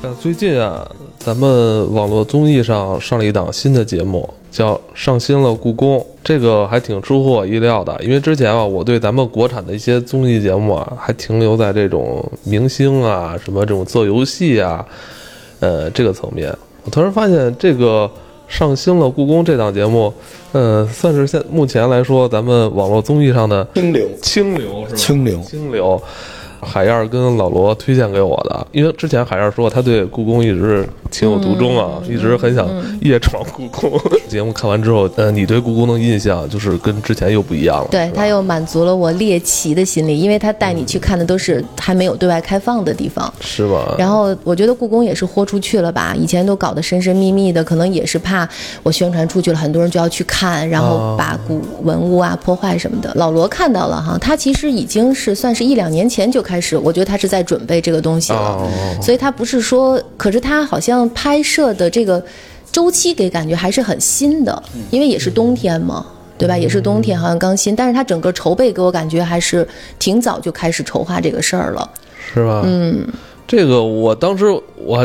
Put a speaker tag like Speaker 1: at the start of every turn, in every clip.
Speaker 1: 呃，最近啊，咱们网络综艺上上了一档新的节目，叫《上新了故宫》，这个还挺出乎我意料的，因为之前啊，我对咱们国产的一些综艺节目啊，还停留在这种明星啊，什么这种做游戏啊，呃，这个层面。我突然发现，这个《上新了故宫》这档节目，呃，算是现目前来说咱们网络综艺上的
Speaker 2: 清流，
Speaker 1: 清流，是吧？
Speaker 2: 清流，
Speaker 1: 清流，海燕儿跟老罗推荐给我的，因为之前海燕儿说她对故宫一直情有独钟
Speaker 3: 嗯
Speaker 1: 啊，一直很想夜闯故宫。 节目看完之后，呃，你对故宫的印象就是跟之前又不一样了。
Speaker 3: 对
Speaker 1: 是，吧嗯
Speaker 3: 他又满足了我猎奇的心理，因为他带你去看的都是还没有对外开放的地方。
Speaker 1: 是吧？
Speaker 3: 然后我觉得故宫也是豁出去了吧，以前都搞得神神秘秘的，可能也是怕我宣传出去了，很多人就要去看，然
Speaker 1: 哦
Speaker 3: 后把古文物啊破坏什么的。老罗看到了哈，他其实已经是算是一两年前就开始，我觉得他是在准备这个东西了，
Speaker 1: 哦
Speaker 3: 所以他不是说，可是他好像拍摄的这个周期给感觉还是很新的，因为也是冬天嘛。对吧？也是冬天，好像刚新，但是他整个筹备给我感觉还是挺早就开始筹划这个事儿了。
Speaker 1: 是吧？嗯，这个我当时我还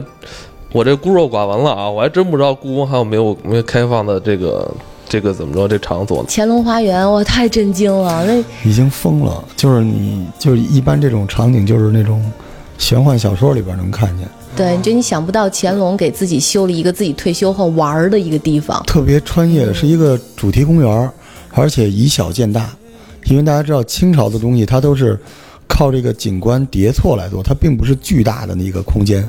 Speaker 1: 我这孤陋寡闻了啊，我还真不知道故宫还有没有没有开放的这个这个怎么着这场所呢？
Speaker 3: 乾隆花园，我太震惊了，那
Speaker 2: 已经疯了。就是你，就是一般这种场景，就是那种玄幻小说里边能看见，
Speaker 3: 对，就你想不到乾隆给自己修了一个自己退休后玩儿的一个地方。
Speaker 2: 特别穿越的是一个主题公园儿，而且以小见大。因为大家知道清朝的东西，它都是靠这个景观叠错来做，它并不是巨大的那个空间。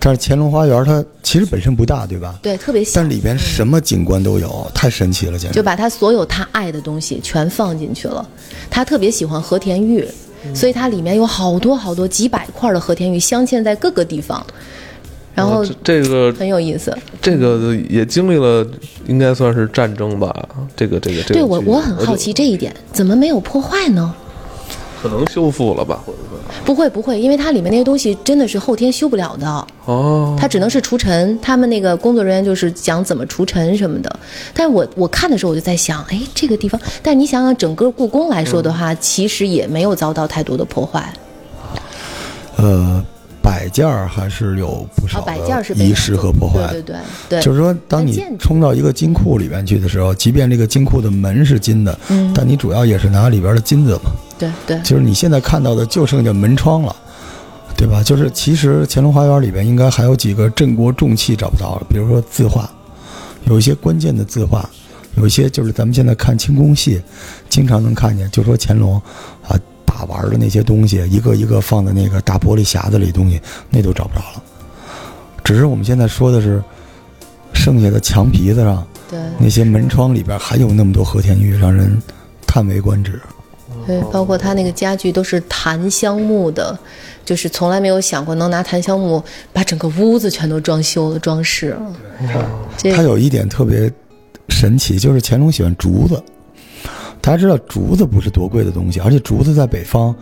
Speaker 2: 但是乾隆花园它其实本身不大，对吧？
Speaker 3: 对，特别小
Speaker 2: 但，里边什么景观都有，太神奇了，简直
Speaker 3: 就。把他所有他爱的东西全放进去了。他特别喜欢和田玉，
Speaker 1: 嗯
Speaker 3: 所以它里面有好多好多几百块的和田玉镶嵌在各个地方，然后
Speaker 1: 哦这这个
Speaker 3: 很有意思。
Speaker 1: 这个也经历了，应该算是战争吧？这个这个这个
Speaker 3: 对
Speaker 1: 区域，
Speaker 3: 我我很好奇这一点，怎么没有破坏呢？
Speaker 1: 可能修复了吧？或者说
Speaker 3: 不会不会，因为它里面那些东西真的是后天修不了的。
Speaker 1: 哦，
Speaker 3: 它只能是除尘，他们那个工作人员就是讲怎么除尘什么的。但是我我看的时候我就在想，哎，这个地方，但你想想整个故宫来说的
Speaker 1: 嗯
Speaker 3: 话，其实也没有遭到太多的破坏。
Speaker 2: 呃，摆件儿还是有不
Speaker 3: 啊
Speaker 2: 少，
Speaker 3: 摆件儿是
Speaker 2: 的
Speaker 3: 被
Speaker 2: 遗失和破坏的。
Speaker 3: 对对对对，
Speaker 2: 就是说，当你
Speaker 3: 但建筑
Speaker 2: 冲到一个金库里边去的时候，即便这个金库的门是金的，但你主要也是拿里边的金子嘛。
Speaker 3: 对对
Speaker 2: 就是你现在看到的就剩下门窗了，对吧？就是其实乾隆花园里边应该还有几个镇国重器找不到了，比如说字画，有一些关键的字画，有一些就是咱们现在看清宫戏，经常能看见，就说乾隆啊把玩的那些东西，一个一个放在那个大玻璃匣子里的东西，那都找不着了。只是我们现在说的是，剩下的墙皮子上
Speaker 3: 对
Speaker 2: 那些门窗里边还有那么多和田玉，让人叹为观止。
Speaker 3: 对，包括它那个家具都是檀香木的，就是从来没有想过能拿檀香木把整个屋子全都装修了装饰了。这
Speaker 2: 它有一点特别神奇，就是乾隆喜欢竹子。大家知道竹子不是多贵的东西，而且竹子在北方，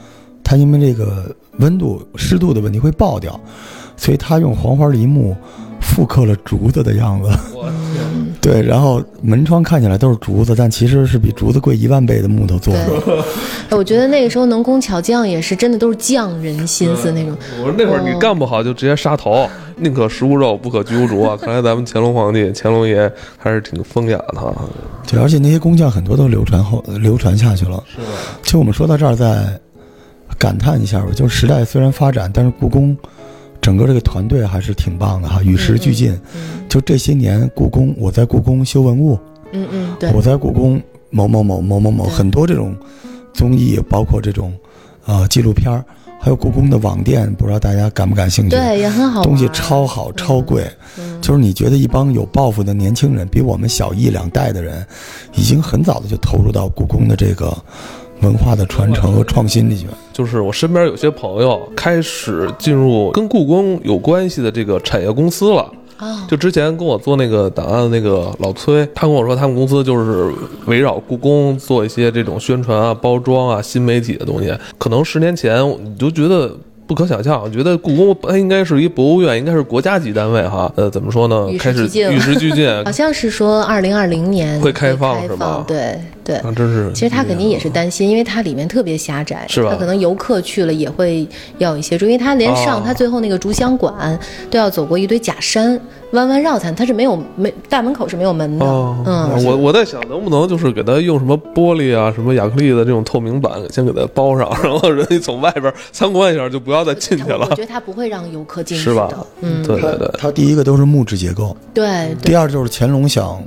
Speaker 2: 它因为这个温度、湿度的问题会爆掉，所以他用黄花梨木复刻了竹子的样子。 对，然后门窗看起来都是竹子，但其实是比竹子贵一万倍的木头 做的。
Speaker 3: 对，哎我觉得那个时候能工巧匠也是真的都是匠人心思那种。哦
Speaker 1: 我说那会儿你干不好就直接杀头，宁可食无肉，不可居无竹啊！看来咱们乾隆皇帝、乾隆爷还是挺风雅的哈。
Speaker 2: 对，而且那些工匠很多都流传后呃流传下去了。
Speaker 1: 是吧？
Speaker 2: 其实我们说到这儿，再感叹一下吧，就是时代虽然发展，但是故宫整个这个团队还是挺棒的哈，与
Speaker 3: 嗯
Speaker 2: 时俱进。就这些年，故宫我在故宫修文物，
Speaker 3: 嗯嗯，对。
Speaker 2: 我在故宫某某某某某某，
Speaker 3: 对
Speaker 2: 很多这种综艺，包括这种呃纪录片儿，还有故宫的网店，不知道大家感不感兴趣？
Speaker 3: 对，也很好玩。嗯
Speaker 2: 东西超好超贵，就是你觉得一帮有抱负的年轻人，比我们小一两代的人，已经很早的就投入到故宫的这个文化的传承和创新里去。
Speaker 1: 就是我身边有些朋友开始进入跟故宫有关系的这个产业公司了。
Speaker 3: 啊，
Speaker 1: 就之前跟我做那个档案的那个老崔，他跟我说他们公司就是围绕故宫做一些这种宣传啊、包装啊、新媒体的东西。可能十年前你就觉得。不可想象，觉得故宫它应该是一博物院，应该是国家级单位哈。呃，怎么说呢？
Speaker 3: 与时
Speaker 1: 开始
Speaker 3: 俱进了
Speaker 1: 与时俱进，
Speaker 3: 好像是说二零二零年
Speaker 1: 会
Speaker 3: 开
Speaker 1: 开放是吗
Speaker 3: 放对，对，
Speaker 1: 啊，真是。
Speaker 3: 其实
Speaker 2: 嗯
Speaker 3: 他肯定也是担心，因为它里面特别狭窄，
Speaker 1: 是吧
Speaker 3: 他可能游客去了也会要一些注意，因为他连上、
Speaker 1: 哦
Speaker 3: 他最后那个竹香馆都要走过一堆假山，弯弯绕才，它是没有没大门口是没有门的，
Speaker 1: 哦，
Speaker 3: 嗯，
Speaker 1: 我我在想能不能就是给它用什么玻璃啊、什么亚克力的这种透明板先给它包上， 然后人一从外边参观一下就不要再进去
Speaker 3: 我
Speaker 1: 了
Speaker 3: 觉，得他不会让游客进去
Speaker 1: 是吧
Speaker 3: 的，？嗯，
Speaker 1: 对对对，
Speaker 2: 它第一个都是木质结构，
Speaker 3: 对对，
Speaker 2: 第二就是乾隆想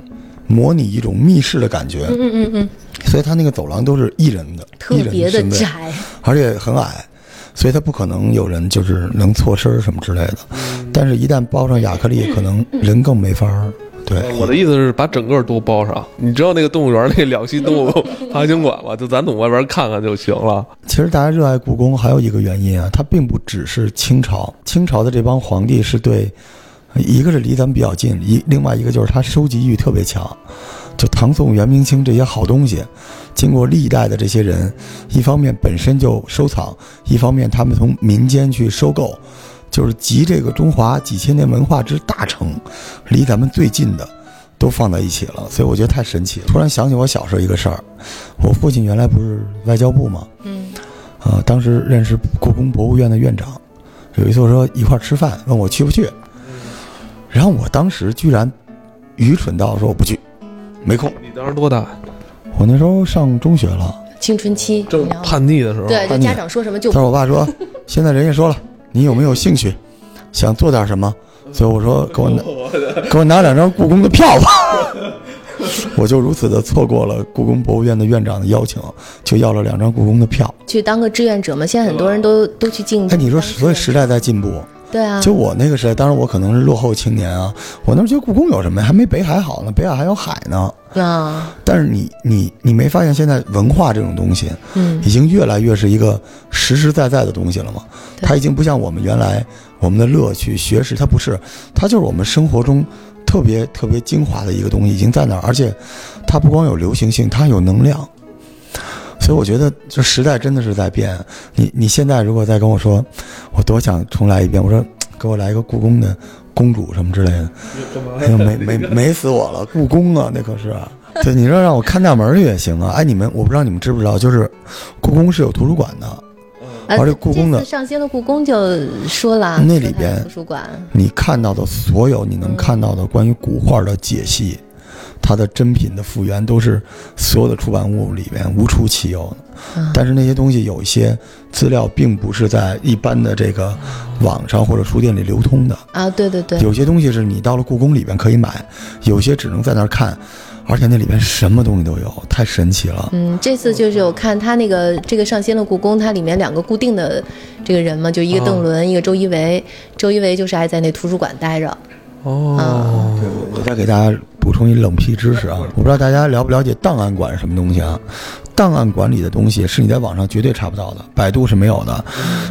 Speaker 2: 模拟一种密室的感觉，
Speaker 3: 嗯嗯嗯，
Speaker 2: 所以它那个走廊都是一人的，
Speaker 3: 特
Speaker 2: 一人
Speaker 3: 别的
Speaker 2: 身位
Speaker 3: 窄，
Speaker 2: 而且很矮，所以它不可能有人就是能错身什么之类的。
Speaker 3: 嗯
Speaker 2: 但是，一旦包上亚克力，可能人更没法儿。对，
Speaker 1: 哎呃我的意思是把整个都包上。你知道那个动物园那两栖动物 爬行馆吗？就咱从外边看看就行了。
Speaker 2: 其实大家热爱故宫还有一个原因啊，它并不只是清朝，清朝的这帮皇帝是对，呃一个是离咱们比较近，一另外一个就是他收集欲特别强，就唐宋元明清这些好东西，经过历代的这些人，一方面本身就收藏，一方面他们从民间去收购，就是集这个中华几千年文化之大成，离咱们最近的。都放在一起了，所以我觉得太神奇了。突然想起我小时候一个事儿，我父亲原来不是外交部吗？
Speaker 3: 嗯
Speaker 2: 啊，当时认识故宫博物院的院长，有一次我说一块儿吃饭，问我去不去，然后我当时居然愚蠢到说我不去，没空。
Speaker 1: 你当时多大？
Speaker 2: 我那时候上中学了，
Speaker 3: 青春期，
Speaker 1: 正
Speaker 3: 然后
Speaker 1: 叛逆的时候。
Speaker 3: 对，就
Speaker 2: 叛逆
Speaker 3: 家长说什么就
Speaker 2: 但是我爸说，现在人家说了，你有没有兴趣，想做点什么？所以我说给我拿给我拿两张故宫的票吧。 我就如此的错过了故宫博物院的院长的邀请，就要了两张故宫的票。
Speaker 3: 去当个志愿者嘛。现在很多人都都去竞
Speaker 2: 哎，
Speaker 3: 争，
Speaker 2: 你说，
Speaker 3: 当
Speaker 2: 所以
Speaker 3: 志
Speaker 2: 时
Speaker 3: 愿
Speaker 2: 代在进步。
Speaker 3: 者对啊，
Speaker 2: 就我那个时代，当然我可能是落后青年啊，我那时候觉得故宫有什么呀？还没北海好呢，北海还有海呢。
Speaker 3: 啊，
Speaker 2: 但是你你你没发现现在文化这种东西
Speaker 3: 嗯
Speaker 2: 已经越来越是一个实实在在的东西了吗？
Speaker 3: 对
Speaker 2: 它已经不像我们原来我们的乐趣、学识，它不是，它就是我们生活中特别特别精华的一个东西，已经在那儿，而且它不光有流行性，它还有能量。所以我觉得这时代真的是在变。你你现在如果再跟我说，我多想重来一遍，我说给我来一个故宫的公主什么之类的，哎呦，美 美美死我了！故宫啊，那可是、对，你说让我看大门儿去也行啊。哎，你们我不知道你们知不知道，就是故宫是有图书馆的，
Speaker 3: 啊
Speaker 2: 而且故宫的
Speaker 3: 这次上新了故宫就说了
Speaker 2: 那
Speaker 3: 说
Speaker 2: 里
Speaker 3: 它
Speaker 2: 边
Speaker 3: 有图书馆，
Speaker 2: 你看到的所有你能看到的关于古画的解析，它的真品的复原都是所有的出版物里面无出其右的。
Speaker 3: 啊
Speaker 2: 但是那些东西有一些资料并不是在一般的这个网上或者书店里流通的，
Speaker 3: 啊，对对对，
Speaker 2: 有些东西是你到了故宫里边可以买，有些只能在那儿看，而且那里边什么东西都有，太神奇了。
Speaker 3: 嗯，这次就是我看他那个这个上新了故宫，它里面两个固定的这个人嘛，就一个邓伦，一个周一围。周一围就是爱在那图书馆待着，嗯
Speaker 1: 哦，
Speaker 2: 我再给大家补充一冷僻知识啊，我不知道大家了不了解档案馆是什么东西啊？档案馆里的东西是你在网上绝对查不到的，百度是没有的。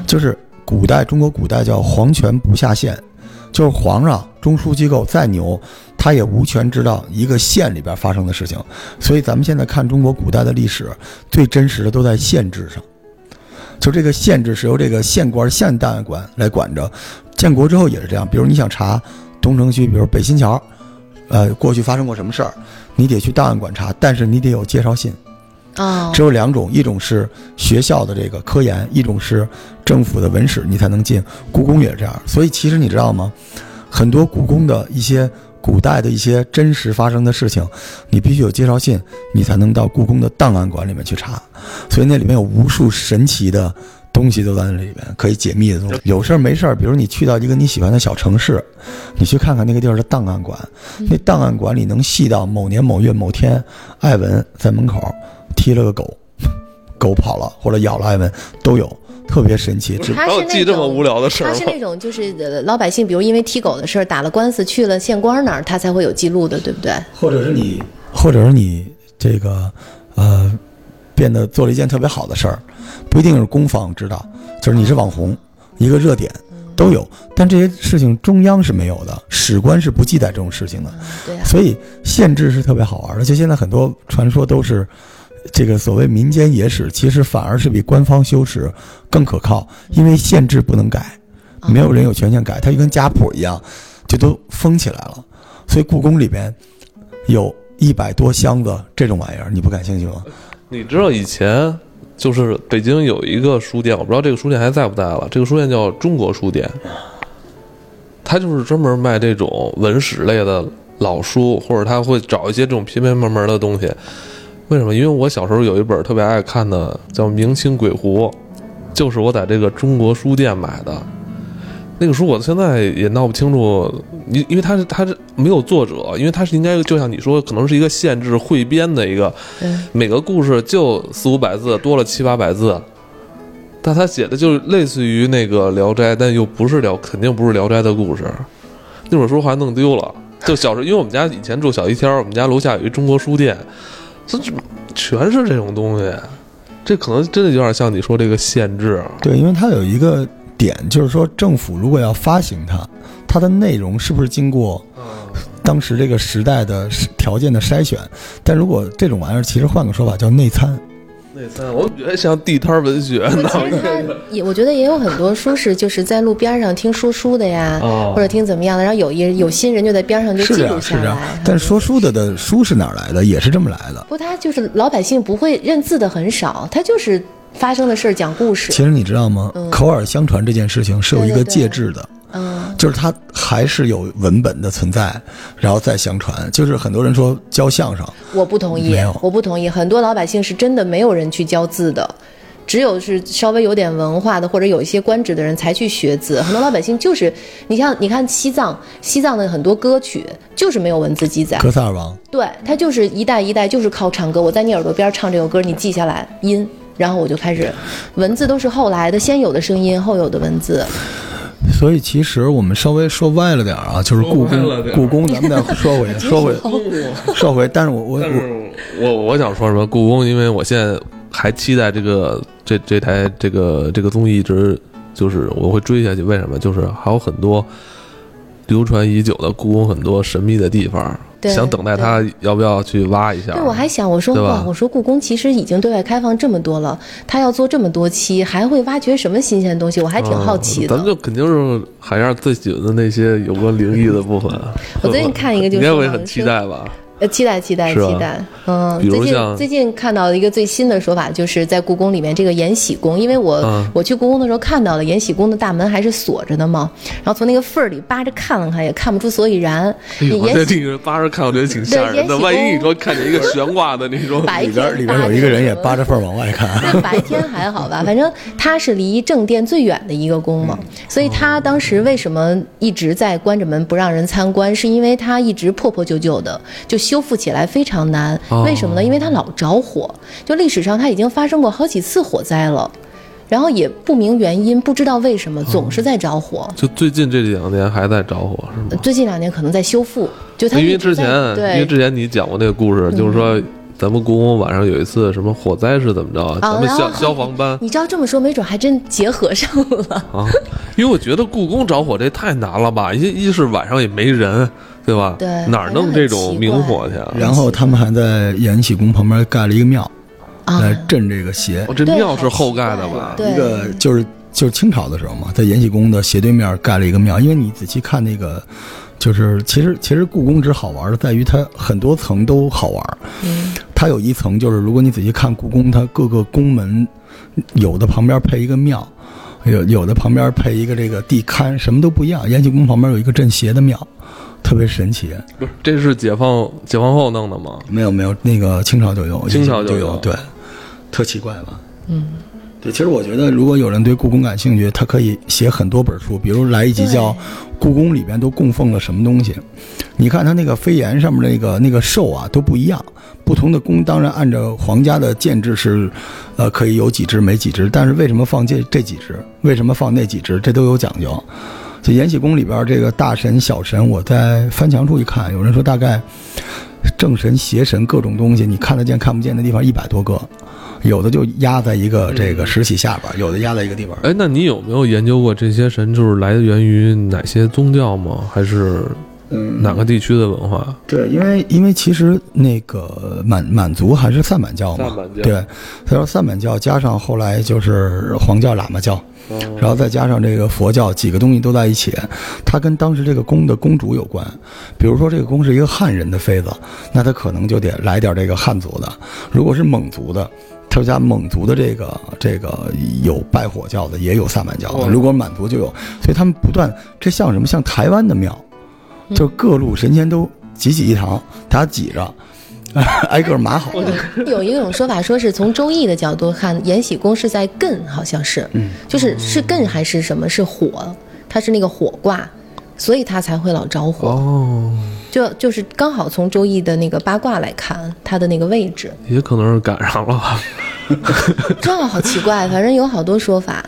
Speaker 2: 就是古代中国古代叫皇权不下县，就是皇上、中枢机构再牛，他也无权知道一个县里边发生的事情。所以咱们现在看中国古代的历史，最真实的都在县制上。就这个县制是由这个县官、县档案馆来管着。建国之后也是这样，比如你想查东城区，比如北新桥，呃，过去发生过什么事儿，你得去档案馆查，但是你得有介绍信。
Speaker 3: 哦
Speaker 2: 只，有两种，一种是学校的这个科研，一种是政府的文史，你才能进。故宫也是这样，所以其实你知道吗？很多故宫的一些古代的一些真实发生的事情，你必须有介绍信，你才能到故宫的档案馆里面去查。所以那里面有无数神奇的东西都在那里面，可以解密的东西。有事儿没事儿，比如你去到一个你喜欢的小城市，你去看看那个地儿的档案馆，那档案馆里能细到某年某月某天，艾文在门口踢了个狗，狗跑了或者咬了艾文都有，特别神奇。只
Speaker 1: 还
Speaker 3: 他
Speaker 1: 有
Speaker 3: 是那
Speaker 1: 记这么无
Speaker 3: 种。
Speaker 1: 聊的事儿
Speaker 3: 他
Speaker 1: 吗
Speaker 3: 是？那种就是呃老百姓，比如因为踢狗的事儿打了官司去了县官那儿，他才会有记录的，对不对？
Speaker 2: 或者是你，或者是你这个呃，变得做了一件特别好的事儿，不一定是公方知道，就是你是网红，一个热点都有，但这些事情中央是没有的，史官是不记载这种事情的，
Speaker 3: 对啊，
Speaker 2: 所以限制是特别好玩的。就现在很多传说都是。这个所谓民间野史，其实反而是比官方修史更可靠，因为限制不能改，没有人有权限改，它就跟家谱一样，就都封起来了。所以故宫里边有一一百多箱子这种玩意儿，你不感兴趣吗？
Speaker 1: 你知道以前就是北京有一个书店，我不知道这个书店还在不在了。这个书店叫中国书店，它就是专门卖这种文史类的老书，或者他会找一些这种偏偏门门的东西。为什么？因为我小时候有一本特别爱看的，叫《明清鬼狐》，就是我在这个中国书店买的。那个书我现在也闹不清楚，因因为它是它是没有作者，因为它是应该就像你说，可能是一个限制汇编的一个，
Speaker 3: 嗯
Speaker 1: 每个故事就四五百字，多了七八百字。但他写的就是类似于那个《聊斋》，但又不是聊，肯定不是《聊斋》的故事。那本书还弄丢了，就小时候，因为我们家以前住小西天儿，我们家楼下有一中国书店，这这全是这种东西。这可能真的有点像你说这个限制，
Speaker 2: 对，因为它有一个点，就是说政府如果要发行它，它的内容是不是经过
Speaker 3: 嗯
Speaker 2: 当时这个时代的时条件的筛选？但如果这种玩意儿，其实换个说法叫内参，
Speaker 1: 那餐我觉得像地摊文学呢。
Speaker 3: 其实他也，我觉得也有很多书是就是在路边上听说书的呀，
Speaker 1: 哦
Speaker 3: 或者听怎么样的，然后有一有心人就在边上就是记
Speaker 2: 这
Speaker 3: 录
Speaker 2: 样是啊
Speaker 3: 下
Speaker 2: 这样
Speaker 3: 来。。
Speaker 2: 但说书的的书是哪儿来的？也是这么来的。
Speaker 3: 不，他就是老百姓不会认字的很少，他就是发生的事儿讲故事。
Speaker 2: 其实你知道吗？口耳相传这件事情是有一个
Speaker 3: 嗯对对对
Speaker 2: 介质的。
Speaker 3: 嗯，
Speaker 2: 就是它还是有文本的存在，然后再相传。就是很多人说教相声，
Speaker 3: 我不同意
Speaker 2: 没有，
Speaker 3: 我不同意。很多老百姓是真的没有人去教字的。只有是稍微有点文化的，或者有一些官职的人才去学字。很多老百姓就是，你像你看西藏，西藏的很多歌曲就是没有文字记载，
Speaker 2: 格萨尔王
Speaker 3: 对，它就是一代一代，就是靠唱歌。我在你耳朵边唱这首歌，你记下来音，然后我就开始，文字都是后来的，先有的声音，后有的文字。
Speaker 1: 啊
Speaker 2: 所以其实我们稍微说歪了点儿啊，就是故
Speaker 1: 说歪了
Speaker 2: 宫，
Speaker 1: 点儿
Speaker 2: 故宫咱们再说回，说回，说回。但是我我
Speaker 1: 但
Speaker 2: 我
Speaker 1: 是我我想说什么？故宫，因为我现在还期待这个这这台这个这个综艺一直就是我会追下去。为什么？就是还有很多流传已久的故宫很多神秘的地方，
Speaker 3: 对
Speaker 1: 想等待它要不要去挖一下？
Speaker 3: 对，我还想，我说
Speaker 1: 对吧
Speaker 3: 哇，我说故宫其实已经对外开放这么多了，它要做这么多期，还会挖掘什么新鲜东西？我还挺好奇的。
Speaker 1: 嗯咱们就肯定是海燕最喜欢的那些有关灵异的部分。啊
Speaker 3: 我最近看 一个就是
Speaker 1: 应该会很期待吧？
Speaker 3: 呃，期待，期待，
Speaker 1: 是吧
Speaker 3: 期待。嗯，
Speaker 1: 比如
Speaker 3: 最
Speaker 1: 像
Speaker 3: 近最近看到一个最新的说法，就是在故宫里面这个延禧宫，因为我、
Speaker 1: 嗯
Speaker 3: 我去故宫的时候看到了延禧宫的大门还是锁着的嘛，然后从那个缝儿里扒着看了看，也看不出所以然。
Speaker 1: 哎 呦，我
Speaker 3: 延
Speaker 1: 在
Speaker 3: 禧
Speaker 1: 这个八十看，我觉得挺吓
Speaker 3: 对
Speaker 1: 人
Speaker 3: 延禧
Speaker 1: 的。
Speaker 3: 宫
Speaker 1: 万一你说看见一个悬挂的那种，
Speaker 3: 白
Speaker 2: 里边
Speaker 3: 天
Speaker 2: 里边有一个人也扒着缝儿往外看，
Speaker 3: 那白天还好吧，反正它是离正殿最远的一个宫
Speaker 1: 嗯
Speaker 3: 嘛，所以它当时为什么一直在关着门不让人参观，是因为它一直破破旧旧的，就修复起来非常难
Speaker 1: 哦。
Speaker 3: 为什么呢？因为它老着火，就历史上它已经发生过好几次火灾了，然后也不明原因，不知道为什么
Speaker 1: 哦
Speaker 3: 总是在着火。
Speaker 1: 就最近这两年还在着火，是吗？
Speaker 3: 最近两年可能在修复，就它
Speaker 1: 因为
Speaker 3: 一直
Speaker 1: 之
Speaker 3: 在
Speaker 1: 前，因为
Speaker 3: 对嗯
Speaker 1: 之前你讲过那个故事，就是说咱们故宫晚上有一次什么火灾是怎么着啊？咱们
Speaker 3: 哦然
Speaker 1: 消
Speaker 3: 后
Speaker 1: 消防 班
Speaker 3: 你知道这么说，没准还真结合上了。
Speaker 1: 啊，因为我觉得故宫着火这太难了吧？一一是晚上也没人，对吧？
Speaker 3: 对
Speaker 1: 哪儿弄这种明火去啊？
Speaker 2: 然后他们还在延禧宫旁边盖了一个庙
Speaker 3: 啊
Speaker 2: 来镇这个邪
Speaker 1: 哦，，这
Speaker 3: 对
Speaker 1: 庙是
Speaker 3: 好
Speaker 1: 后
Speaker 3: 奇
Speaker 1: 盖的
Speaker 3: 怪
Speaker 1: 吧？
Speaker 3: 对
Speaker 2: 一个就是就是清朝的时候嘛，在延禧宫的斜对面盖了一个庙，因为你仔细看那个。就是，其实其实故宫之好玩的在于它很多层都好玩，
Speaker 3: 嗯，
Speaker 2: 它有一层，就是如果你仔细看故宫，它各个宫门，有的旁边配一个庙，有有的旁边配一个这个地龛，什么都不一样。延禧宫旁边有一个镇邪的庙，特别神奇。
Speaker 1: 不是，这是解放解放后弄的吗？
Speaker 2: 没有没有，那个清朝就有，
Speaker 1: 清朝就
Speaker 2: 就
Speaker 1: 有
Speaker 2: 对，特奇怪吧？嗯，对，其实我觉得，如果有人对故宫感兴趣，他可以写很多本书，比如来一集叫《故宫里边都供奉了什么东西》。你看它那个飞檐上面那个那个兽啊都不一样，不同的宫当然按照皇家的建制是，呃，可以有几只没几只，但是为什么放这这几只，为什么放那几只，这都有讲究。就延禧宫里边这个大神小神，我在翻墙处一看，有人说大概正神邪神各种东西，你看得见看不见的地方一百多个，有的就压在一
Speaker 1: 嗯
Speaker 2: 个这个石玺下边，有的压在一个地方。
Speaker 1: 哎，那你有没有研究过这些神就是来源于哪些宗教吗？还是
Speaker 2: 嗯，
Speaker 1: 哪个地区的文化？
Speaker 2: 对，因为因为其实那个满满族还是萨满教嘛
Speaker 1: 萨满，教
Speaker 2: 对，他说萨满教加上后来就是黄教、喇嘛教，然后再加上这个佛教，几个东西都在一起，它跟当时这个宫的公主有关。比如说这个宫是一个汉人的妃子，那他可能就得来点这个汉族的；如果是蒙族的。他家蒙族的这个这个有拜火教的，也有萨满教的。
Speaker 1: 哦
Speaker 2: 如果满族就有，所以他们不断这像什么？像台湾的庙，就是各路神仙都挤挤一堂，大家挤着，挨个码好。
Speaker 3: 有一种说法，说是从周易的角度看，延禧宫是在艮，好像是，嗯，就是是艮还是什么？是火，它是那个火卦，所以它才会老着火。
Speaker 1: 哦，
Speaker 3: 就就是刚好从周易的那个八卦来看它的那个位置，
Speaker 1: 也可能是赶上了吧。
Speaker 3: 这好奇怪，反正有好多说法。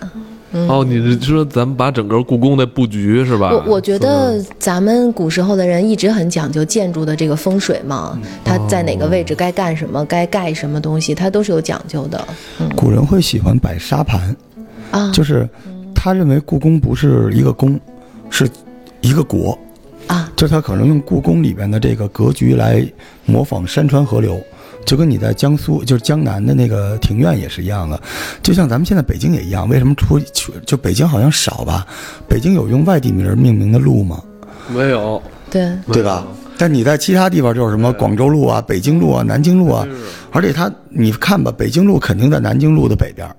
Speaker 3: 嗯
Speaker 1: 哦，你是说咱们把整个故宫的布局是吧？
Speaker 3: 我我觉
Speaker 1: 嗯
Speaker 3: 得咱们古时候的人一直很讲究建筑的这个风水嘛，它在哪个位置该干什么，该盖什么东西，它都是有讲究的
Speaker 2: 古人会喜欢摆沙盘，
Speaker 3: 啊
Speaker 2: 就是他认为故宫不是一个宫，是一个国，
Speaker 3: 啊
Speaker 2: 就是他可能用故宫里边的这个格局来模仿山川河流。就跟你在江苏，就是江南的那个庭院也是一样的，就像咱们现在北京也一样。为什么出去就北京好像少吧？北京有用外地名儿命名的路吗？
Speaker 1: 没有，
Speaker 3: 对。
Speaker 2: 对吧？但你在其他地方就是什么广州路啊、北京路啊、南京路啊，而且它你看吧，北京路肯定在南京路的北边儿，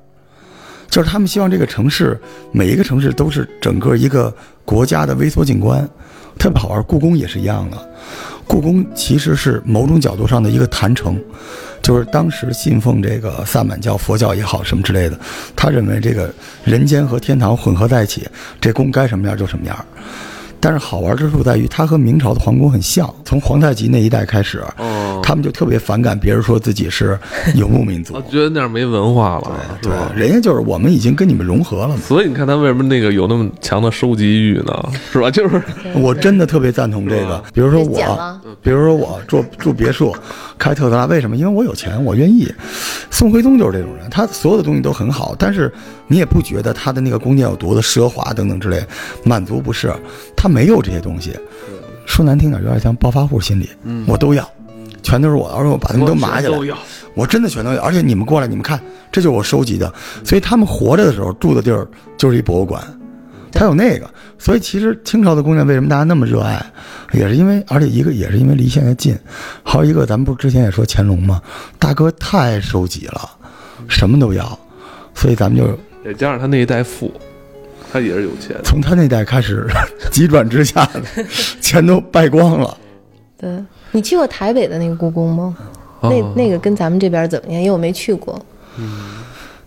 Speaker 2: 就是他们希望这个城市每一个城市都是整个一个国家的微缩景观，特别好玩。故宫也是一样的，故宫其实是某种角度上的一个坛城，就是当时信奉这个萨满教、佛教也好什么之类的，他认为这个人间和天堂混合在一起，这宫该什么样就什么样。但是好玩之处在于，它和明朝的皇宫很像。从皇太极那一代开始，
Speaker 1: 哦，
Speaker 2: 他们就特别反感别人说自己是游牧民族
Speaker 1: 我，觉得那样没文化了，
Speaker 2: 对
Speaker 1: 是吧，
Speaker 2: 人家就是我们已经跟你们融合了嘛。
Speaker 1: 所以你看他为什么那个有那么强的收集欲呢？是吧？就是
Speaker 2: 我真的特别赞同这个，比如说
Speaker 3: 被剪
Speaker 2: 我
Speaker 3: 了，
Speaker 2: 比如说我住住别墅，开特斯拉，为什么？因为我有钱，我愿意。宋徽宗就是这种人，他所有的东西都很好，但是你也不觉得他的那个宫殿有多的奢华等等之类。满族不是，他没有这些东西。说难听点，有点像暴发户心理，我都要，全都是我的，而且我把他们都码起来，
Speaker 1: 都要
Speaker 2: 我真的全都有，而且你们过来，你们看，这就是我收集的。所以他们活着的时候住的地儿就是一博物馆，他有那个。所以其实清朝的宫殿为什么大家那么热爱，也是因为，而且一个也是因为离现在近，还有一个咱们不是之前也说乾隆吗？大哥太收集了，什么都要，所以咱们就
Speaker 1: 也加上他那一代富，他也是有钱。
Speaker 2: 从他那代开始 急转直下的，全都败光了。
Speaker 3: 对，你去过台北的那个故宫吗？
Speaker 1: 哦
Speaker 3: 那那个跟咱们这边怎么样？因为我没去过。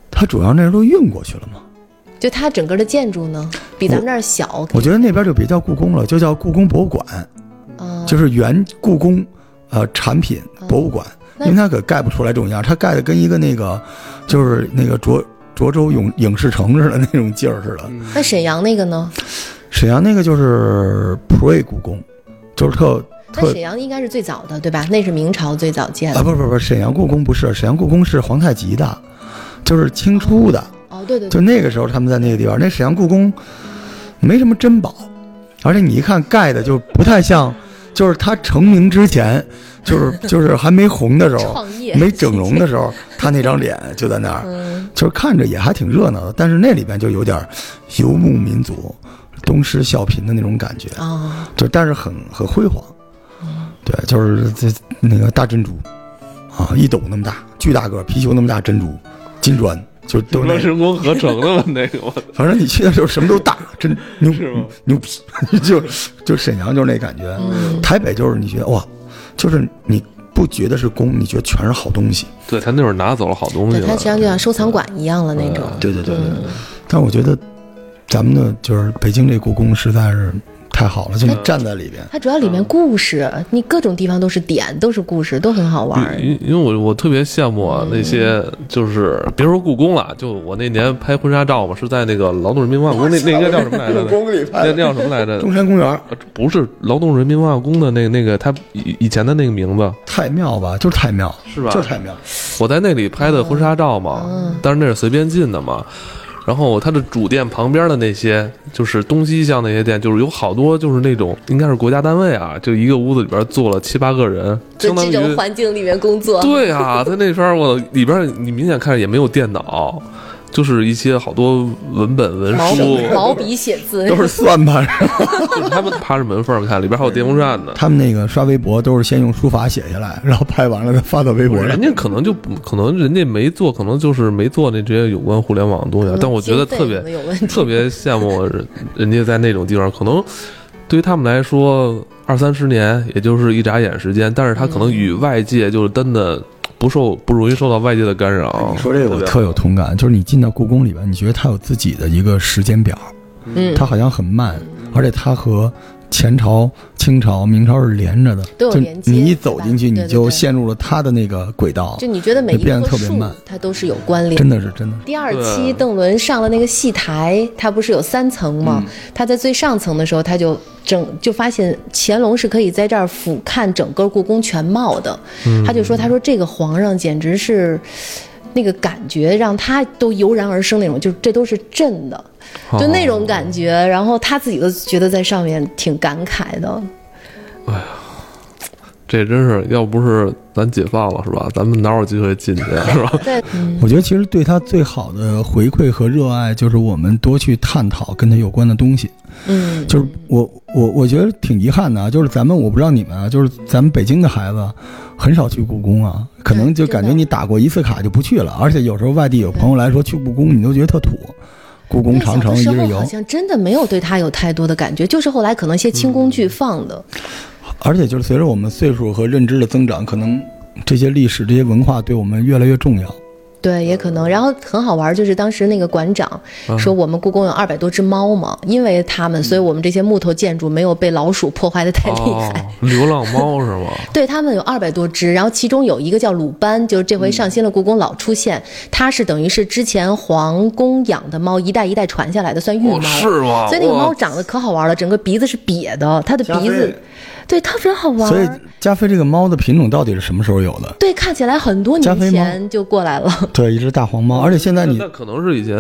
Speaker 2: 他主要那时候都运过去了嘛。
Speaker 3: 就它整个的建筑呢，比咱们这儿小
Speaker 2: 我觉得那边就别叫故宫了，就叫故宫博物馆。
Speaker 3: 啊。
Speaker 2: 就是原故宫呃产品博物馆，
Speaker 3: 那
Speaker 2: 因为它可盖不出来这种样，它盖的跟一个那个就是那个涿涿州影影视城似的那种劲儿似的。
Speaker 3: 那沈阳那个呢？
Speaker 2: 沈阳那个就是普瑞故宫，就是特
Speaker 3: 那
Speaker 2: 特
Speaker 3: 沈阳应该是最早的，对吧？那是明朝最早建
Speaker 2: 啊
Speaker 3: 的。
Speaker 2: 不不不，沈阳故宫不是，沈阳故宫是皇太极的，就是清初的，
Speaker 3: 哦，对对
Speaker 2: 就
Speaker 3: 对，
Speaker 2: 那个时候他们在那个地方，那沈阳故宫没什么珍宝，而且你一看盖的就不太像。就是它成名之前，就是 就是还没红的时候，
Speaker 3: 创 业
Speaker 2: 没整容的时候，他那张脸就在那儿，
Speaker 3: 嗯，
Speaker 2: 就是看着也还挺热闹的，但是那里边就有点儿游牧民族、东施效颦的那种感觉，
Speaker 3: 哦，
Speaker 2: 就但是很很辉煌，对，就是这那个大珍珠啊，一斗那么大，巨大个儿，皮球那么大珍珠，金砖就都
Speaker 1: 什
Speaker 2: 是
Speaker 1: 么
Speaker 2: 那个
Speaker 1: 人工合成的吧？那个我
Speaker 2: 反正你去的时候什么都大，真牛
Speaker 1: 是吗
Speaker 2: 牛逼， 就就沈阳就是那感觉，台北就是你觉得哇，就是你不觉得是宫，你觉得全是好东西。
Speaker 1: 对他那会儿拿走了好东西
Speaker 3: 对，
Speaker 1: 了
Speaker 3: 它，实际上就像收藏馆一样了那种。
Speaker 2: 对对对对。
Speaker 3: 嗯
Speaker 2: 对但我觉得咱们的就是北京这故宫实在是太好了，就
Speaker 3: 嗯
Speaker 2: 你站在里边，
Speaker 3: 它主要里面故事，你各种地方都是点，都是故事，都很好玩儿。
Speaker 2: 嗯
Speaker 1: 因因为我我特别羡慕啊那些就是别说故宫了，就我那年拍婚纱照嘛，是在那个劳动人民文化宫，那那应该叫什么来 着？
Speaker 2: 宫里
Speaker 1: 那那叫什么来着？
Speaker 2: 中山公园
Speaker 1: 呃不是劳动人民文化宫的那那个他以以前的那个名字
Speaker 2: 太庙吧，就是太庙，
Speaker 1: 是吧？
Speaker 2: 就是太庙。
Speaker 3: 嗯
Speaker 1: 我在那里拍的婚纱照嘛，但是那是随便进的嘛。然后它的主店旁边的那些，就是东西向那些店，就是有好多就是那种应该是国家单位啊，就一个屋子里边坐了七八个人，
Speaker 3: 在
Speaker 1: 相当
Speaker 3: 这种
Speaker 1: 于
Speaker 3: 环境里面工作，
Speaker 1: 对啊，在那边儿我里边儿你明显看着也没有电脑，就是一些好多文本文
Speaker 3: 毛
Speaker 1: 书
Speaker 3: 笔，毛笔写 字
Speaker 2: 都，是算 盘。是吧
Speaker 1: 就是他们趴着门缝儿看，里边还有电风扇呢。
Speaker 2: 他们那个刷微博都是先用书法写下来，然后拍完了再发到微博上
Speaker 1: 人。家可能就不可能人家没做，可能就是没做那这些有关互联网的东西啊。但我觉得特别
Speaker 3: 经费有问题，
Speaker 1: 特别羡慕人人家在那种地方，可能对于他们来说，二三十年也就是一眨眼时间，但是他可
Speaker 3: 嗯
Speaker 1: 能与外界就是真的不受不容易受到外界的干扰。对
Speaker 2: 我
Speaker 1: 不对
Speaker 2: 特有同感，就是你进到故宫里边，你觉得它有自己的一个时间表，
Speaker 3: 嗯，
Speaker 2: 它好像很慢，而且它和前朝、清朝、明朝是连着的，
Speaker 3: 都有
Speaker 2: 就
Speaker 3: 连接
Speaker 2: 你一走进去，
Speaker 3: 对吧
Speaker 2: 你就
Speaker 3: 对对对
Speaker 2: 陷入了它的那个轨道，
Speaker 3: 就你觉得每一
Speaker 2: 变得
Speaker 3: 棵
Speaker 2: 特别
Speaker 3: 树
Speaker 2: 慢
Speaker 3: 它都是有关联
Speaker 2: 真的是真的。
Speaker 3: 第二
Speaker 1: 对
Speaker 3: 期邓伦上了那个戏台，他不是有三层吗？他在最上层的时候，他就整就发现乾隆是可以在这儿俯瞰整个故宫全貌的。他就说：“他说这个皇上简直是。”那个感觉让他都油然而生那种，就这都是朕的，
Speaker 1: 哦啊
Speaker 3: 就那种感觉。然后他自己都觉得在上面挺感慨的。
Speaker 1: 这真是要不是咱解放了是吧？咱们哪有机会进去啊是吧？
Speaker 3: 对，嗯
Speaker 2: 我觉得其实对它最好的呃回馈和热爱，就是我们多去探讨跟它有关的东西。
Speaker 3: 嗯，
Speaker 2: 就是我我我觉得挺遗憾的啊，就是咱们我不知道你们啊，就是咱们北京的孩子很少去故宫啊，可能就感觉你打过一次卡就不去了，而且有时候外地有朋友来说去故宫，你都觉得特土，故宫
Speaker 3: 对
Speaker 2: 长城一
Speaker 3: 小的
Speaker 2: 日
Speaker 3: 时候好
Speaker 2: 游，
Speaker 3: 像真的没有对他有太多的感觉，就是后来可能一些清宫剧放的。
Speaker 2: 而且就是随着我们岁数和认知的增长，可能这些历史这些文化对我们越来越重要。嗯
Speaker 3: 对，也可能。然后很好玩儿，就是当时那个馆长说，我们故宫有二百多只猫嘛，因为它
Speaker 2: 嗯
Speaker 3: 们，所以我们这些木头建筑没有被老鼠破坏的太厉
Speaker 1: 哦
Speaker 3: 害。，
Speaker 1: 流浪猫是吗？
Speaker 3: 对，它们有二百多只，然后其中有一个叫鲁班，就是这回
Speaker 2: 嗯
Speaker 3: 上新了故宫老出现，它是等于是之前皇宫养的猫一代一代传下来的，算育猫。
Speaker 1: 哦，是
Speaker 2: 啊
Speaker 1: 吗？
Speaker 3: 所以那个猫
Speaker 1: 哇
Speaker 3: 长得可好玩了，整个鼻子是瘪的，它的鼻子，对，特别好玩儿。
Speaker 2: 所以加菲这个猫的品种到底是什么时候有 的？
Speaker 3: 对，看起来很多
Speaker 2: 加
Speaker 3: 年
Speaker 2: 菲猫
Speaker 3: 前就过来了。
Speaker 2: 对，一只大黄猫，啊而且现在
Speaker 1: 那
Speaker 2: 你
Speaker 1: 那可能是以前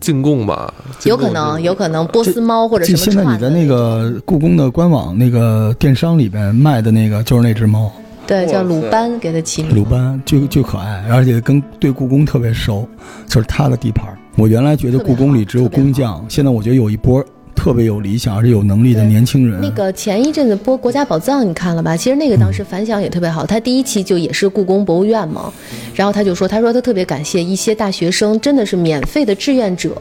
Speaker 1: 进贡吧，
Speaker 3: 有可能，有可能波斯猫或者什
Speaker 2: 就
Speaker 3: 么
Speaker 2: 现在你
Speaker 3: 串
Speaker 2: 在
Speaker 3: 的
Speaker 2: 那个故宫的官网那个电商里边卖的那个就是那只猫。
Speaker 3: 对，叫鲁
Speaker 1: 哇塞
Speaker 3: 班给它起名。
Speaker 2: 鲁班巨巨可爱，而且跟对故宫特别熟，就是他的地盘儿。我原来觉得故宫里只有工匠，现在我觉得有一波特别有理想而且有能力的年轻人。
Speaker 3: 那个前一阵子播《国家宝藏》，你看了吧？其实那个当
Speaker 1: 嗯
Speaker 3: 时反响也特别好。他第一期就也是故宫博物院嘛，然后他就说，他说他特别感谢一些大学生，真的是免费的志愿者，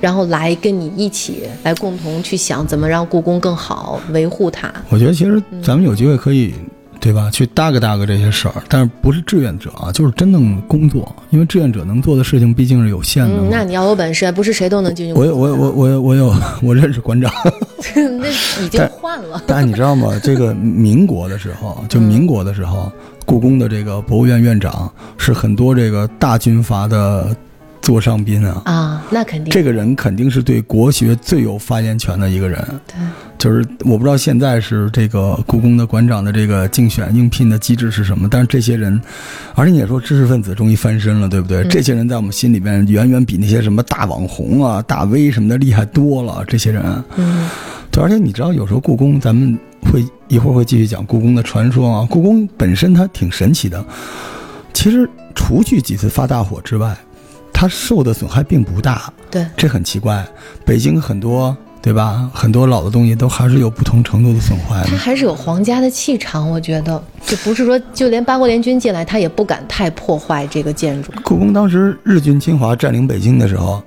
Speaker 3: 然后来跟你一起来共同去想怎么让故宫更好，维护它。
Speaker 2: 我觉得其实
Speaker 3: 嗯
Speaker 2: 咱们有机会可以，对吧？去搭个搭个这些事儿，但是不是志愿者啊，就是真正工作，因为志愿者能做的事情毕竟是有限的
Speaker 3: 嗯，
Speaker 2: 嘛。
Speaker 3: 那你要有本事，不是谁都能进去。
Speaker 2: 我有我有我我有我有 我认识馆长，
Speaker 3: 那已经
Speaker 2: 但
Speaker 3: 换了。
Speaker 2: 但你知道吗？这个民国的时候，就民国的时候，故宫的这个博物院院长是很多这个大军阀的座上宾啊。
Speaker 3: 啊，那肯定。
Speaker 2: 这个人肯定是对国学最有发言权的一个人，
Speaker 3: 对，
Speaker 2: 就是我不知道现在是这个故宫的馆长的这个竞选应聘的机制是什么，但是这些人，而且你也说知识分子终于翻身了，对不对？
Speaker 3: 嗯
Speaker 2: 这些人在我们心里边远远比那些什么大网红啊、大 V 什么的厉害多了。这些人，
Speaker 3: 嗯，
Speaker 2: 对，而且你知道，有时候故宫，咱们会一会儿会继续讲故宫的传说啊。故宫本身它挺神奇的，其实除去几次发大火之外，它受的损害并不大，
Speaker 3: 对，
Speaker 2: 这很奇怪。北京很多对吧，很多老的东西都还是有不同程度的损坏的
Speaker 3: 他。还是有皇家的气场，我觉得就不是说，就连八国联军进来，他也不敢太破坏这个建筑。
Speaker 2: 故宫当时日军侵华占领北京的时候，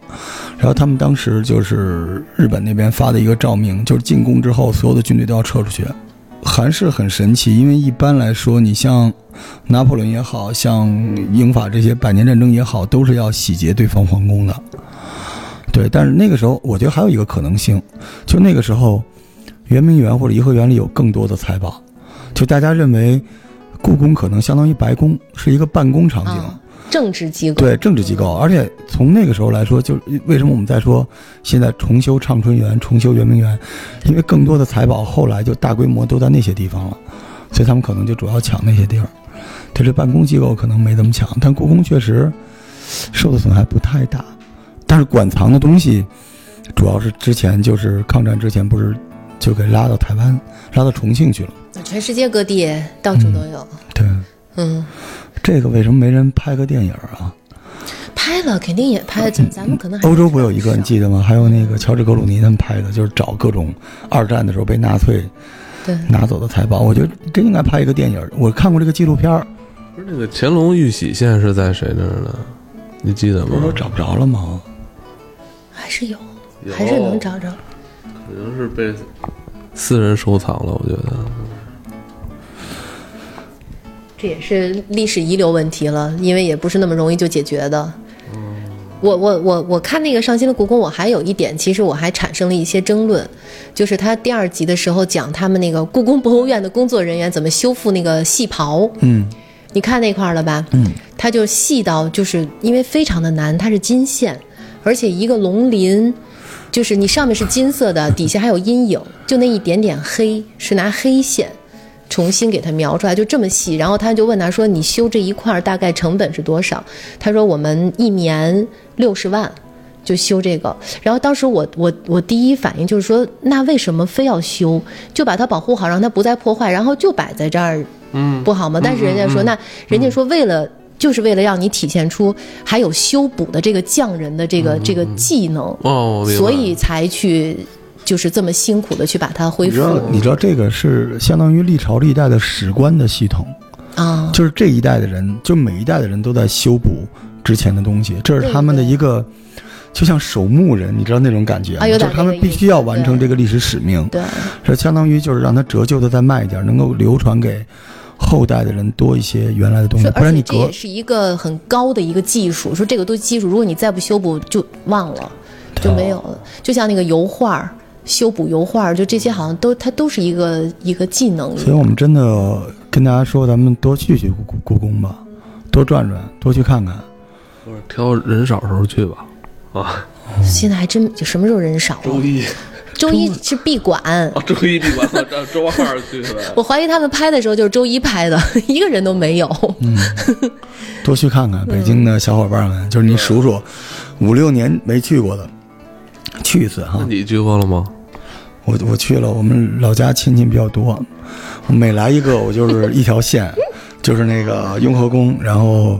Speaker 2: 然后他们当时就是日本那边发的一个诏命，就是进宫之后所有的军队都要撤出去。还是很神奇，因为一般来说，你像拿破仑也好像英法这些百年战争也好，都是要洗劫对方皇宫的。对，但是那个时候，我觉得还有一个可能性，就那个时候，圆明园或者颐和园里有更多的财宝，就大家认为故宫可能相当于白宫，是一个办公场景。
Speaker 3: 啊，政治机构。
Speaker 2: 对政治机构，而且从那个时候来说，就是为什么我们在说现在重修畅春园、重修圆明园，因为更多的财宝后来就大规模都在那些地方了，所以他们可能就主要抢那些地儿。对这办公机构可能没怎么抢，但故宫确实受的损害不太大。但但是馆藏的东西，主要是之前就是抗战之前不是就给拉到台湾，拉到重庆去了。
Speaker 3: 全世界各地到处都有。
Speaker 2: 对，
Speaker 3: 嗯，
Speaker 2: 这个为什么没人拍个电影啊？
Speaker 3: 拍了肯定也拍了，咱咱们可能还
Speaker 2: 欧洲
Speaker 3: 不
Speaker 2: 不有一个你记得吗？还有那个乔治格鲁尼他们拍的，就是找各种二战的时候被纳粹
Speaker 3: 对
Speaker 2: 拿走的财宝。我觉得真应该拍一个电影。我看过这个纪录片儿，
Speaker 1: 不是那个乾隆玉玺现在是在谁那儿呢？你记得
Speaker 2: 不是
Speaker 1: 吗
Speaker 2: 说？找不着了吗？
Speaker 3: 还是有，
Speaker 1: 有
Speaker 3: 还是能找着。
Speaker 1: 可能是被私人收藏了，我觉得。
Speaker 3: 这也是历史遗留问题了，因为也不是那么容易就解决的。我我我我看那个上新的故宫，我还有一点，其实我还产生了一些争论，就是他第二集的时候讲他们那个故宫博物院的工作人员怎么修复那个戏袍，
Speaker 2: 嗯
Speaker 3: 你看那块儿了吧？
Speaker 2: 嗯，
Speaker 3: 它就细到就是因为非常的难，它是金线，而且一个龙鳞，就是你上面是金色的，底下还有阴影，就那一点点黑是拿黑线重新给它描出来，就这么细。然后他就问他说：“你修这一块儿大概成本是多少？”他说：“我们一年六十万。”就修这个，呃然后当时我我我第一反应就是说，那为什么非要修？就把它保护好，让它不再破坏，然后就摆在这儿
Speaker 1: 嗯，
Speaker 3: 不好吗？但是人家说，那人家说为了。就是为了让你体现出还有修补的这个匠人的这个、这个技能，
Speaker 1: 哦，我明白
Speaker 3: 所以才去就是这么辛苦的去把它恢
Speaker 2: 你知
Speaker 3: 复
Speaker 2: 道你知道这个是相当于历朝历代的史官的系统，
Speaker 3: 啊。
Speaker 2: 就是这一代的人，就每一代的人都在修补之前的东西，这是他们的一个，就像守墓人，你知道那种感觉吗？
Speaker 3: 啊有
Speaker 2: 就
Speaker 3: 点
Speaker 2: 是他们必须要完成这个历史使命，
Speaker 3: 对，
Speaker 2: 这相当于就是让它折旧的再慢一点，能够流传给后代的人多一些原来的东西
Speaker 3: 说，
Speaker 2: 不
Speaker 3: 而
Speaker 2: 然
Speaker 3: 且
Speaker 2: 你
Speaker 3: 这
Speaker 2: 隔
Speaker 3: 也是一个很高的一个技术。说这个都技术，如果你再不修补，就忘了，就没有了。就像那个油画儿修补油画儿，就这些好像都它都是一个一个技能一
Speaker 2: 所以
Speaker 3: 样。
Speaker 2: 我们真的跟大家说，咱们多去去故故故宫吧，多转转，多去看看。
Speaker 1: 或者挑人少时候去吧。啊，
Speaker 3: 现在还真什么时候人少、啊？
Speaker 1: 一
Speaker 3: 周一是闭馆。
Speaker 1: 啊，周一 闭馆，我周二去呗。
Speaker 3: 我怀疑他们拍的时候就是周一拍的， 一个人都没有。
Speaker 2: 嗯多去看
Speaker 3: 嗯
Speaker 2: 看北京的小伙伴们，就是你数数，五六年没去过的，去一次哈
Speaker 1: 那。你去过了吗？
Speaker 2: 我我去了，我们老家亲戚比较多，我每来一个我就是一条线，就是那个雍和宫，然后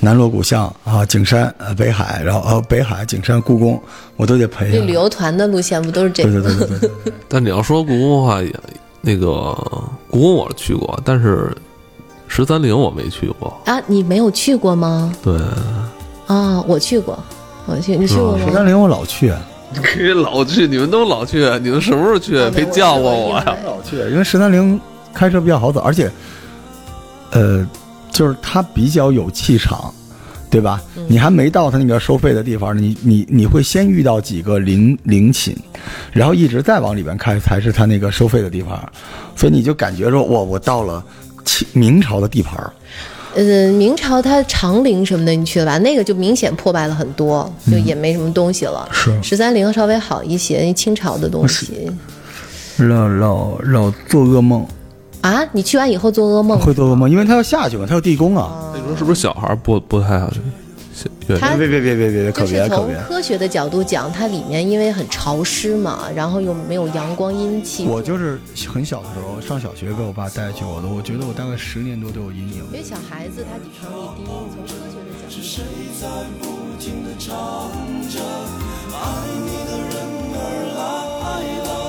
Speaker 2: 南锣鼓巷啊，景山呃北海，然后呃北海景山故宫，我都得陪下
Speaker 3: 这
Speaker 2: 来
Speaker 3: 旅。游团的路线不都是这
Speaker 2: 对
Speaker 3: 个？
Speaker 2: 对对对对对，
Speaker 1: 但你要说故宫的话，也那个故宫我是去过，但是十三陵我没去过。
Speaker 3: 啊，你没有去过吗？
Speaker 1: 对，
Speaker 3: 啊，我去过，我去，你去过
Speaker 2: 十
Speaker 3: 吗？
Speaker 2: 三陵我老去，啊
Speaker 1: 你 老去，你们都老去，你们什么时候去
Speaker 3: 啊没有因为！
Speaker 2: 老去，因为十三陵开车比较好走，而且，呃，就是它比较有气场，对吧？
Speaker 3: 嗯
Speaker 2: 你还没到它那个收费的地方，你你你会先遇到几个陵陵寝，然后一直再往里边开才是它那个收费的地方，所以你就感觉说，哇，我到了清明朝的地盘儿。
Speaker 3: 呃，明朝它长陵什么的，你去了吧？那个就明显破败了很多，就也没什么东西了。
Speaker 2: 是
Speaker 3: 十三陵稍微好一些，清朝的东西
Speaker 2: 老老老做噩梦，
Speaker 3: 啊。你去完以后做噩梦，
Speaker 2: 会做噩梦，因为他要下去嘛，他要地宫
Speaker 3: 哦
Speaker 2: 啊。
Speaker 1: 那时候是不是小孩儿不不太好去？小愿意
Speaker 3: 他
Speaker 2: 别别别别别别，可
Speaker 3: 就是
Speaker 2: 别可
Speaker 3: 从
Speaker 2: 别！
Speaker 3: 科学的角度讲，它里面因为很潮湿嘛，然后又没有阳光阴气，
Speaker 2: 我就是很小的时候上小学被我爸带去我的，我觉得我大概十年多都有阴影。
Speaker 3: 因为小孩子他抵抗力低，从科学的角度。
Speaker 4: 爱你的人儿来了，